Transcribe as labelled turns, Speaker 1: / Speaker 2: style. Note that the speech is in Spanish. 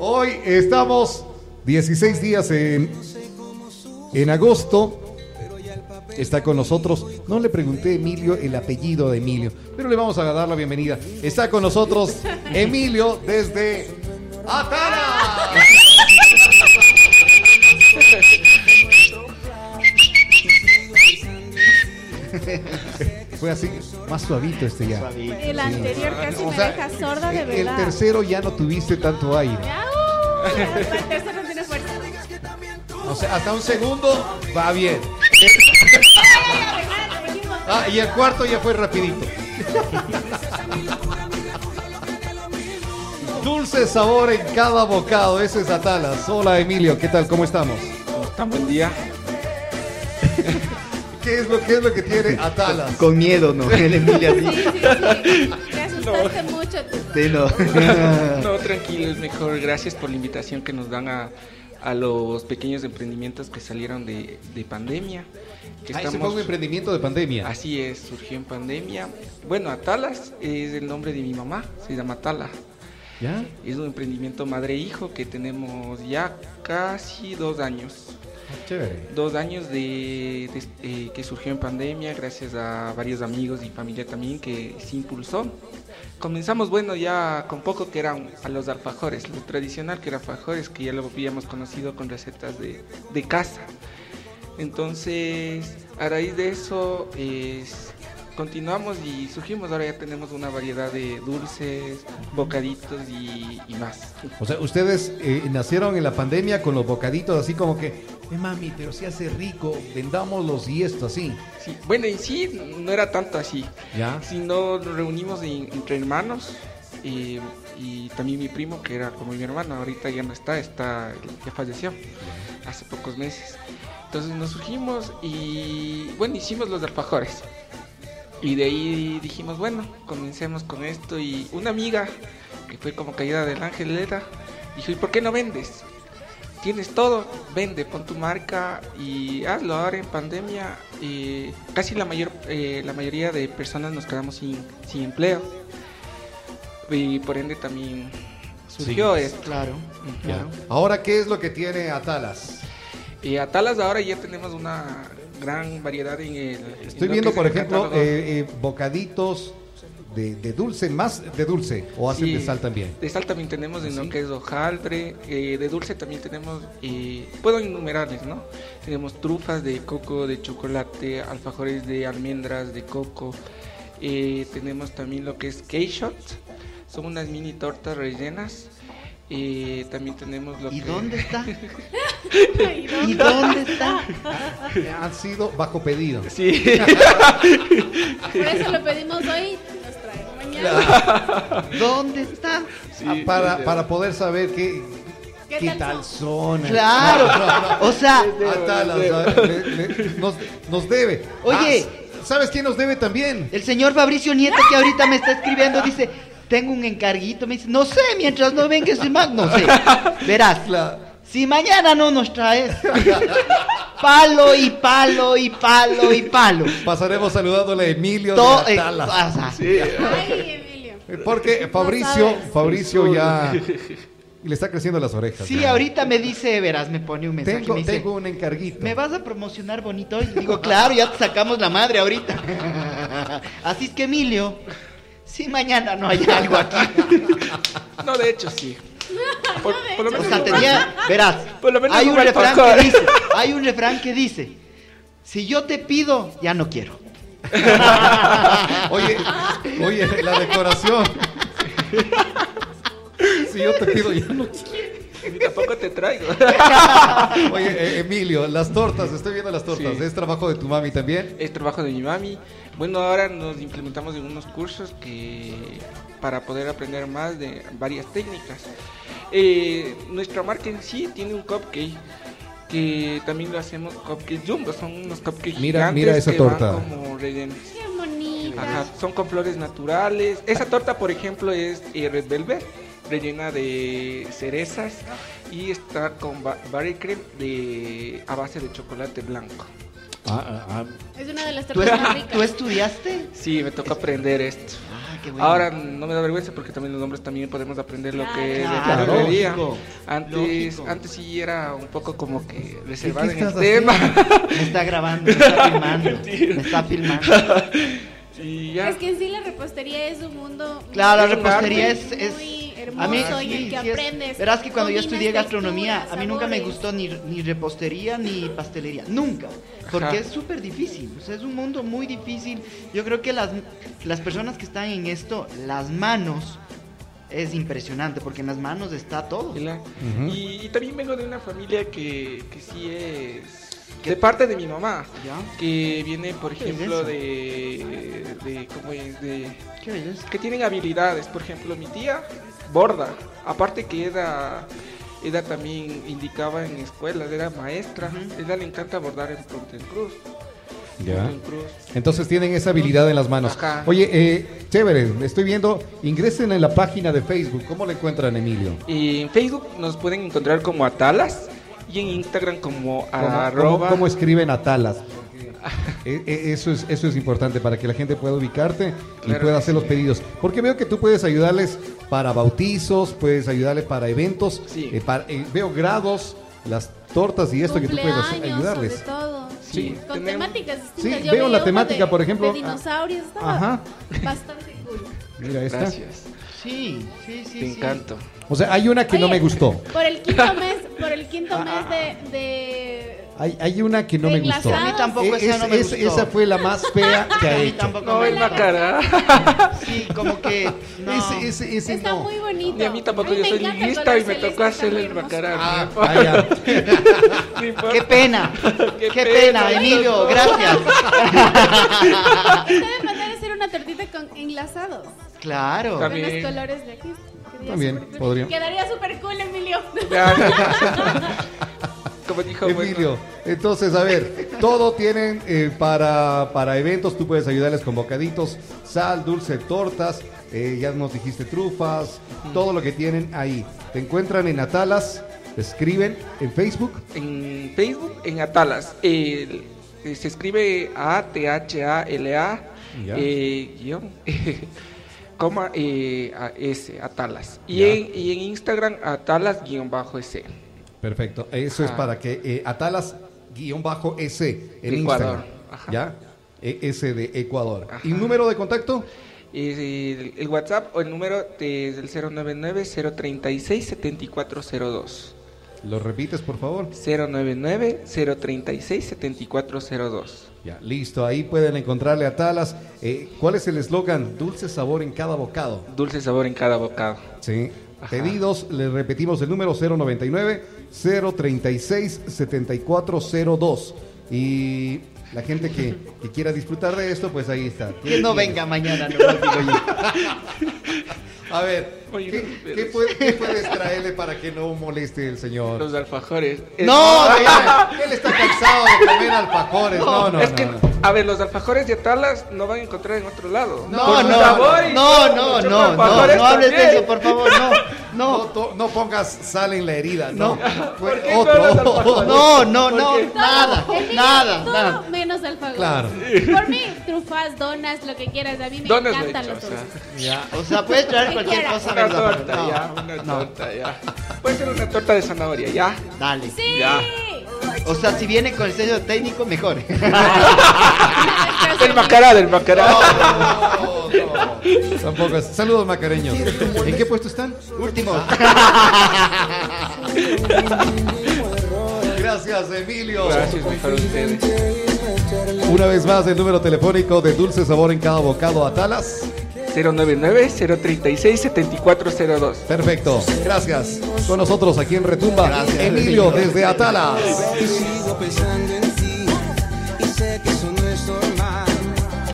Speaker 1: hoy estamos 16 días en, en agosto. Está con nosotros, no le pregunté Emilio el apellido de Emilio, pero le vamos a dar la bienvenida. Está con nosotros Emilio desde Atala. Fue así, más suavito este ya.
Speaker 2: El anterior casi
Speaker 1: O
Speaker 2: me
Speaker 1: sea,
Speaker 2: deja sorda de
Speaker 1: El
Speaker 2: verdad.
Speaker 1: tercero ya no tuviste tanto aire.
Speaker 2: ¡Au! El tercero tiene fuerza.
Speaker 1: O sea, hasta un segundo va bien. Ah, y el cuarto ya fue rapidito. Dulce sabor en cada bocado, ese es Atalas. Hola Emilio, ¿qué tal? ¿Cómo estamos?
Speaker 3: Tan buen día.
Speaker 1: ¿Qué es lo, qué es lo que tiene Atalas?
Speaker 4: Con miedo, ¿no? El Emilio así.
Speaker 2: Sí, sí, sí. Te asustaste mucho. tú.
Speaker 4: Sí, no.
Speaker 3: No, tranquilo, es mejor. Gracias por la invitación que nos dan a, a los pequeños emprendimientos que salieron de, de pandemia. Que
Speaker 1: Ahí se fue un emprendimiento de pandemia.
Speaker 3: Así es, surgió en pandemia. Bueno, Atalas es el nombre de mi mamá, se llama Atala.
Speaker 1: ¿Ya?
Speaker 3: Es un emprendimiento madre-hijo que tenemos ya casi dos años.
Speaker 1: Chévere.
Speaker 3: Dos años de, de- eh, que surgió en pandemia, gracias a varios amigos y familia también que se impulsó. Comenzamos, bueno, ya con poco que eran a los alfajores, lo tradicional que era alfajores, que ya lo habíamos conocido con recetas de, de casa. Entonces, a raíz de eso, es- continuamos y surgimos. Ahora ya tenemos una variedad de dulces, bocaditos y, y más.
Speaker 1: O sea, ustedes eh, nacieron en la pandemia con los bocaditos así como que, eh, mami, pero si hace rico, vendámoslos y esto así.
Speaker 3: Sí, Bueno, en sí no era tanto así.
Speaker 1: ¿Ya?
Speaker 3: Si no, nos reunimos en- entre hermanos eh, y también mi primo, que era como mi hermano, ahorita ya no está, está ya falleció hace pocos meses. Entonces nos surgimos y, bueno, hicimos los alfajores. Y de ahí dijimos, bueno, comencemos con esto. Y una amiga, que fue como caída del ángel, era, dijo, ¿y por qué no vendes? Tienes todo, vende, pon tu marca y hazlo. Ahora en pandemia, eh, casi la mayor, eh, la mayoría de personas nos quedamos sin, sin empleo. Y por ende también surgió
Speaker 1: Sí.
Speaker 3: esto. Claro.
Speaker 1: Ya. Ahora, ¿qué es lo que tiene Atalas?
Speaker 3: Y a Talas ahora ya tenemos una gran variedad en el... en
Speaker 1: Estoy
Speaker 3: lo
Speaker 1: viendo,
Speaker 3: que es
Speaker 1: por
Speaker 3: el
Speaker 1: ejemplo,
Speaker 3: catálogo.
Speaker 1: eh, eh, bocaditos de, de dulce, más de dulce, o hacen
Speaker 3: Sí,
Speaker 1: de sal también.
Speaker 3: De sal también tenemos
Speaker 4: ¿Ah,
Speaker 3: en lo que es hojaldre, eh, de dulce también tenemos, eh, puedo enumerarles, ¿no? Tenemos trufas de coco, de chocolate, alfajores de almendras, de coco, eh, tenemos también lo que es cake shot, son unas mini tortas rellenas, eh, también tenemos lo
Speaker 4: ¿Y
Speaker 3: que...
Speaker 4: dónde está?
Speaker 2: Ay, no.
Speaker 4: ¿Y dónde está?
Speaker 1: Han sido bajo pedido.
Speaker 3: Sí,
Speaker 2: Por eso lo pedimos hoy. Nos traen mañana.
Speaker 4: ¿Dónde está?
Speaker 1: Ah, para, para poder saber qué,
Speaker 2: ¿Qué
Speaker 1: qué
Speaker 2: tal
Speaker 1: tal son.
Speaker 4: Claro. O sea,
Speaker 1: Atalas, ah, le- le- nos, nos debe.
Speaker 4: Oye.
Speaker 1: Ah, ¿sabes quién nos debe también?
Speaker 4: el señor Fabricio Nieto que ahorita me está escribiendo dice, tengo un encarguito. Me dice, no sé, mientras no venga ese man, no sé. Verás, si mañana no nos traes, palo y palo y palo y palo.
Speaker 1: Pasaremos saludándole a Emilio
Speaker 4: Todo
Speaker 1: de
Speaker 4: eh, ah.
Speaker 1: Atalas.
Speaker 4: pasa.
Speaker 2: Ay, Emilio.
Speaker 1: Porque Fabricio,
Speaker 2: sabes.
Speaker 1: Fabricio ya le está creciendo las orejas.
Speaker 4: Sí,
Speaker 1: Ya.
Speaker 4: ahorita me dice, verás, me pone un mensaje.
Speaker 1: Tengo,
Speaker 4: me dice,
Speaker 1: tengo un encarguito.
Speaker 4: ¿Me vas a promocionar bonito? Y digo, claro, ya te sacamos la madre ahorita. Así es que, Emilio, si mañana no hay algo aquí.
Speaker 3: no, de hecho sí. Por, por lo
Speaker 4: O
Speaker 3: menos
Speaker 4: sea, tenía, verás,
Speaker 3: Por lo menos
Speaker 4: hay un
Speaker 3: un
Speaker 4: refrán
Speaker 3: alfajor.
Speaker 4: que dice, hay un refrán que dice, si yo te pido, ya no quiero.
Speaker 1: Oye, oye, la decoración. Si yo te pido, ya no quiero.
Speaker 3: tampoco te traigo.
Speaker 1: Oye, eh, Emilio, las tortas, estoy viendo las tortas.
Speaker 3: Sí.
Speaker 1: ¿Es trabajo de tu mami también?
Speaker 3: es trabajo de mi mami. Bueno, ahora nos implementamos en unos cursos que para poder aprender más de varias técnicas. Eh, nuestra marca en sí tiene un cupcake que también lo hacemos cupcakes jumbo, son unos cupcakes
Speaker 1: Mira-
Speaker 3: gigantes
Speaker 1: mira esa
Speaker 3: que
Speaker 1: torta.
Speaker 3: van como rellenos.
Speaker 2: Qué bonita.
Speaker 3: Ajá, son con flores naturales. Esa torta, por ejemplo, es eh, red velvet, rellena de cerezas y está con ba- body cream de a base de chocolate blanco.
Speaker 2: Es una de las
Speaker 4: ¿Tú,
Speaker 2: tortas más
Speaker 4: tú
Speaker 2: ricas.
Speaker 4: estudiaste?
Speaker 3: Sí, me toca aprender esto.
Speaker 4: Ah, qué bueno.
Speaker 3: Ahora no me da vergüenza porque también los hombres también podemos aprender lo que es
Speaker 4: Claro,
Speaker 3: de ferrería.
Speaker 1: lógico,
Speaker 3: Antes,
Speaker 4: lógico.
Speaker 3: antes sí era un poco como que
Speaker 1: ¿Qué-
Speaker 3: reservado
Speaker 1: qué
Speaker 3: en el
Speaker 1: estás
Speaker 3: tema.
Speaker 1: haciendo?
Speaker 4: Me está grabando, me está filmando. me está filmando.
Speaker 3: y ya.
Speaker 2: Es que en sí la repostería es un mundo. muy-
Speaker 4: Claro, la
Speaker 3: Es un
Speaker 4: repostería
Speaker 2: muy-
Speaker 4: es, es-
Speaker 2: Muy
Speaker 4: a mí
Speaker 2: hermoso y
Speaker 4: sí,
Speaker 2: el que
Speaker 4: sí es-
Speaker 2: aprendes.
Speaker 4: Verás que cuando yo
Speaker 2: combinas
Speaker 4: estudié gastronomía, a
Speaker 2: texturas,
Speaker 4: mí nunca me
Speaker 2: sabores.
Speaker 4: gustó ni, ni repostería ni pastelería, nunca, porque
Speaker 3: Ajá.
Speaker 4: es súper difícil, o sea, es un mundo muy difícil. Yo creo que las las personas que están en esto, las manos es impresionante, porque en las manos está todo.
Speaker 3: Y, la-
Speaker 1: Ujú.
Speaker 3: y- y también vengo de una familia que, que sí es. De parte de mi mamá,
Speaker 4: ¿Ya?
Speaker 3: que viene, por
Speaker 4: ¿Qué
Speaker 3: ejemplo,
Speaker 4: belleza?
Speaker 3: de, de. ¿Cómo es? De.
Speaker 4: Qué belleza.
Speaker 3: que tienen habilidades. Por ejemplo, mi tía borda. Aparte que era, ella también indicaba en escuelas, era maestra.
Speaker 4: Ujú.
Speaker 3: Ella le encanta bordar en Ponte Cruz.
Speaker 1: Ya.
Speaker 3: Ponte Cruz.
Speaker 1: Entonces tienen esa habilidad en las manos.
Speaker 3: Ajá.
Speaker 1: Oye, eh, chévere, estoy viendo, ingresen en la página de Facebook, ¿cómo le encuentran, Emilio?
Speaker 3: Y en Facebook nos pueden encontrar como Atalas y en Instagram como
Speaker 1: ¿Cómo- cómo-
Speaker 3: arroba.
Speaker 1: ¿Cómo, escriben Atalas? Porque, eh, eh, Eso es, eso es importante para que la gente pueda ubicarte y
Speaker 3: Claro
Speaker 1: pueda
Speaker 3: que
Speaker 1: hacer los pedidos. Porque veo que tú puedes ayudarles para bautizos, puedes ayudarles para eventos,
Speaker 3: Sí.
Speaker 1: eh, para- eh, veo grados, las tortas y esto que tú puedes hacer-
Speaker 2: Cumpleaños,
Speaker 1: ayudarles.
Speaker 2: sobre todo.
Speaker 3: Sí,
Speaker 2: Con
Speaker 3: tenemos-
Speaker 2: temáticas distintas.
Speaker 1: Sí,
Speaker 2: Yo
Speaker 1: veo
Speaker 2: vi
Speaker 1: la
Speaker 2: uno
Speaker 1: temática,
Speaker 2: de-
Speaker 1: por ejemplo,
Speaker 2: De dinosaurios. Estaba
Speaker 1: Ajá.
Speaker 2: Bastante cool.
Speaker 1: Mira esta.
Speaker 3: Gracias.
Speaker 4: Sí, sí, sí.
Speaker 3: Te
Speaker 4: sí.
Speaker 3: encanto.
Speaker 1: O sea, hay una que no
Speaker 2: Oye,
Speaker 1: me gustó.
Speaker 2: Por el quinto mes, por el quinto mes de, de
Speaker 1: Hay, hay una que no me gustó.
Speaker 4: A mí tampoco
Speaker 1: Eh,
Speaker 4: esa
Speaker 1: es-
Speaker 4: no me
Speaker 1: es-
Speaker 4: gustó.
Speaker 1: esa fue la más fea que ha
Speaker 4: A mí
Speaker 1: hecho.
Speaker 4: tampoco
Speaker 3: No,
Speaker 4: me
Speaker 3: el
Speaker 4: gustó.
Speaker 3: macará.
Speaker 4: Sí, como que no.
Speaker 1: Ese, ese, ese
Speaker 2: Está
Speaker 1: no.
Speaker 2: muy bonito.
Speaker 3: Ni a mí tampoco,
Speaker 2: me
Speaker 3: yo soy
Speaker 2: encanta el
Speaker 3: lista
Speaker 2: color
Speaker 3: y me
Speaker 2: celeste,
Speaker 3: tocó
Speaker 2: está
Speaker 3: hacer
Speaker 2: muy
Speaker 3: el
Speaker 2: hermoso.
Speaker 3: macará.
Speaker 1: Ah,
Speaker 3: No
Speaker 1: vaya.
Speaker 3: importa.
Speaker 4: Qué pena,
Speaker 3: Qué
Speaker 4: qué,
Speaker 3: pena,
Speaker 4: pena, Emilio, gracias.
Speaker 2: Te debe mandar a hacer una tortita con enlazados.
Speaker 4: Claro.
Speaker 2: Con los
Speaker 3: También.
Speaker 2: colores de aquí. Quedaría
Speaker 1: También,
Speaker 2: supercool.
Speaker 1: podría.
Speaker 2: Quedaría súper cool, Emilio.
Speaker 3: Como dijo bueno,
Speaker 1: Emilio, entonces, a ver, todo tienen eh, para, para eventos, tú puedes ayudarles con bocaditos, sal, dulce, tortas, eh, ya nos dijiste trufas, todo lo que tienen ahí. Te encuentran en Atalas, te escriben en Facebook,
Speaker 3: en Facebook, en Atalas. El- eh, se escribe A-T-H-A-L-A,
Speaker 1: Ya.
Speaker 3: eh, guión, coma, eh, a- S, Atalas. Y
Speaker 1: Ya.
Speaker 3: en, y en Instagram, Atalas-S.
Speaker 1: perfecto, eso es
Speaker 3: Ajá.
Speaker 1: para que eh, Atalas-S en
Speaker 3: Ecuador,
Speaker 1: Instagram,
Speaker 3: ajá.
Speaker 1: ¿ya? E- S de Ecuador.
Speaker 3: Ajá.
Speaker 1: ¿Y número de contacto?
Speaker 3: El, el WhatsApp o el número de- es el 099-036-7402.
Speaker 1: ¿Lo repites, por favor?
Speaker 3: 099-036-7402.
Speaker 1: Ya, listo, ahí pueden encontrarle a Talas. Eh, ¿Cuál es el eslogan? Dulce sabor en cada bocado.
Speaker 3: Dulce sabor en cada bocado.
Speaker 1: Sí.
Speaker 3: Ajá.
Speaker 1: Pedidos, le repetimos el número 099-036-7402. Y la gente que, que quiera disfrutar de esto, pues ahí está.
Speaker 4: Que no venga mañana, no más digo yo.
Speaker 1: A ver,
Speaker 3: Oye,
Speaker 1: ¿qué,
Speaker 3: pero-
Speaker 1: qué puede- qué puedes traerle para que no moleste el señor?
Speaker 3: Los alfajores.
Speaker 4: No,
Speaker 1: Ay, ay, Él está cansado de comer alfajores. No, no,
Speaker 3: es
Speaker 1: no,
Speaker 3: que,
Speaker 1: no.
Speaker 3: a ver, los alfajores de Atalas no van a encontrar en otro lado.
Speaker 4: No,
Speaker 1: Con
Speaker 4: no,
Speaker 1: sabor
Speaker 3: y
Speaker 4: no,
Speaker 3: con
Speaker 4: no,
Speaker 3: muchos
Speaker 4: no, no, no,
Speaker 3: alfajores
Speaker 4: hables de
Speaker 3: también.
Speaker 4: eso, por favor, no,
Speaker 1: No,
Speaker 4: no,
Speaker 1: to- no pongas sal en la herida, no. Fue
Speaker 3: ¿Por qué no hablas alfajores?
Speaker 4: Oh, no,
Speaker 3: ¿Por
Speaker 4: no, no,
Speaker 3: qué?
Speaker 4: nada,
Speaker 2: Emilio,
Speaker 4: nada,
Speaker 2: todo
Speaker 4: nada.
Speaker 2: menos alfajores.
Speaker 1: Claro.
Speaker 2: Por mí, trufas, donas, lo que quieras. A mí me
Speaker 3: Donas
Speaker 2: encantan
Speaker 3: lo he
Speaker 2: los
Speaker 3: hecho, o sea.
Speaker 2: dulces.
Speaker 1: Ya.
Speaker 4: O sea, puedes traer
Speaker 2: ¿Qué
Speaker 4: cualquier
Speaker 2: quieras?
Speaker 4: cosa,
Speaker 3: Una
Speaker 4: menos
Speaker 3: torta,
Speaker 4: alfajores.
Speaker 3: ya,
Speaker 4: No,
Speaker 3: una
Speaker 4: no,
Speaker 3: torta, ya. Puede ser una torta de zanahoria, ya.
Speaker 4: dale.
Speaker 2: Sí.
Speaker 3: Ya.
Speaker 4: O sea, si viene con el sello técnico, mejor.
Speaker 3: Del macará, del macará.
Speaker 1: No, no, no. Tampoco. es- Saludos macareños. ¿En qué puesto están?
Speaker 4: Último.
Speaker 1: Gracias, Emilio.
Speaker 3: Gracias, mejor ustedes.
Speaker 1: Una vez más, el número telefónico de Dulce Sabor en cada bocado Atalas.
Speaker 3: 099-036-7402.
Speaker 1: Perfecto. Gracias. Con nosotros aquí en Retumba, Emilio desde Atalas.
Speaker 5: sigo pensando en ti y sé que eso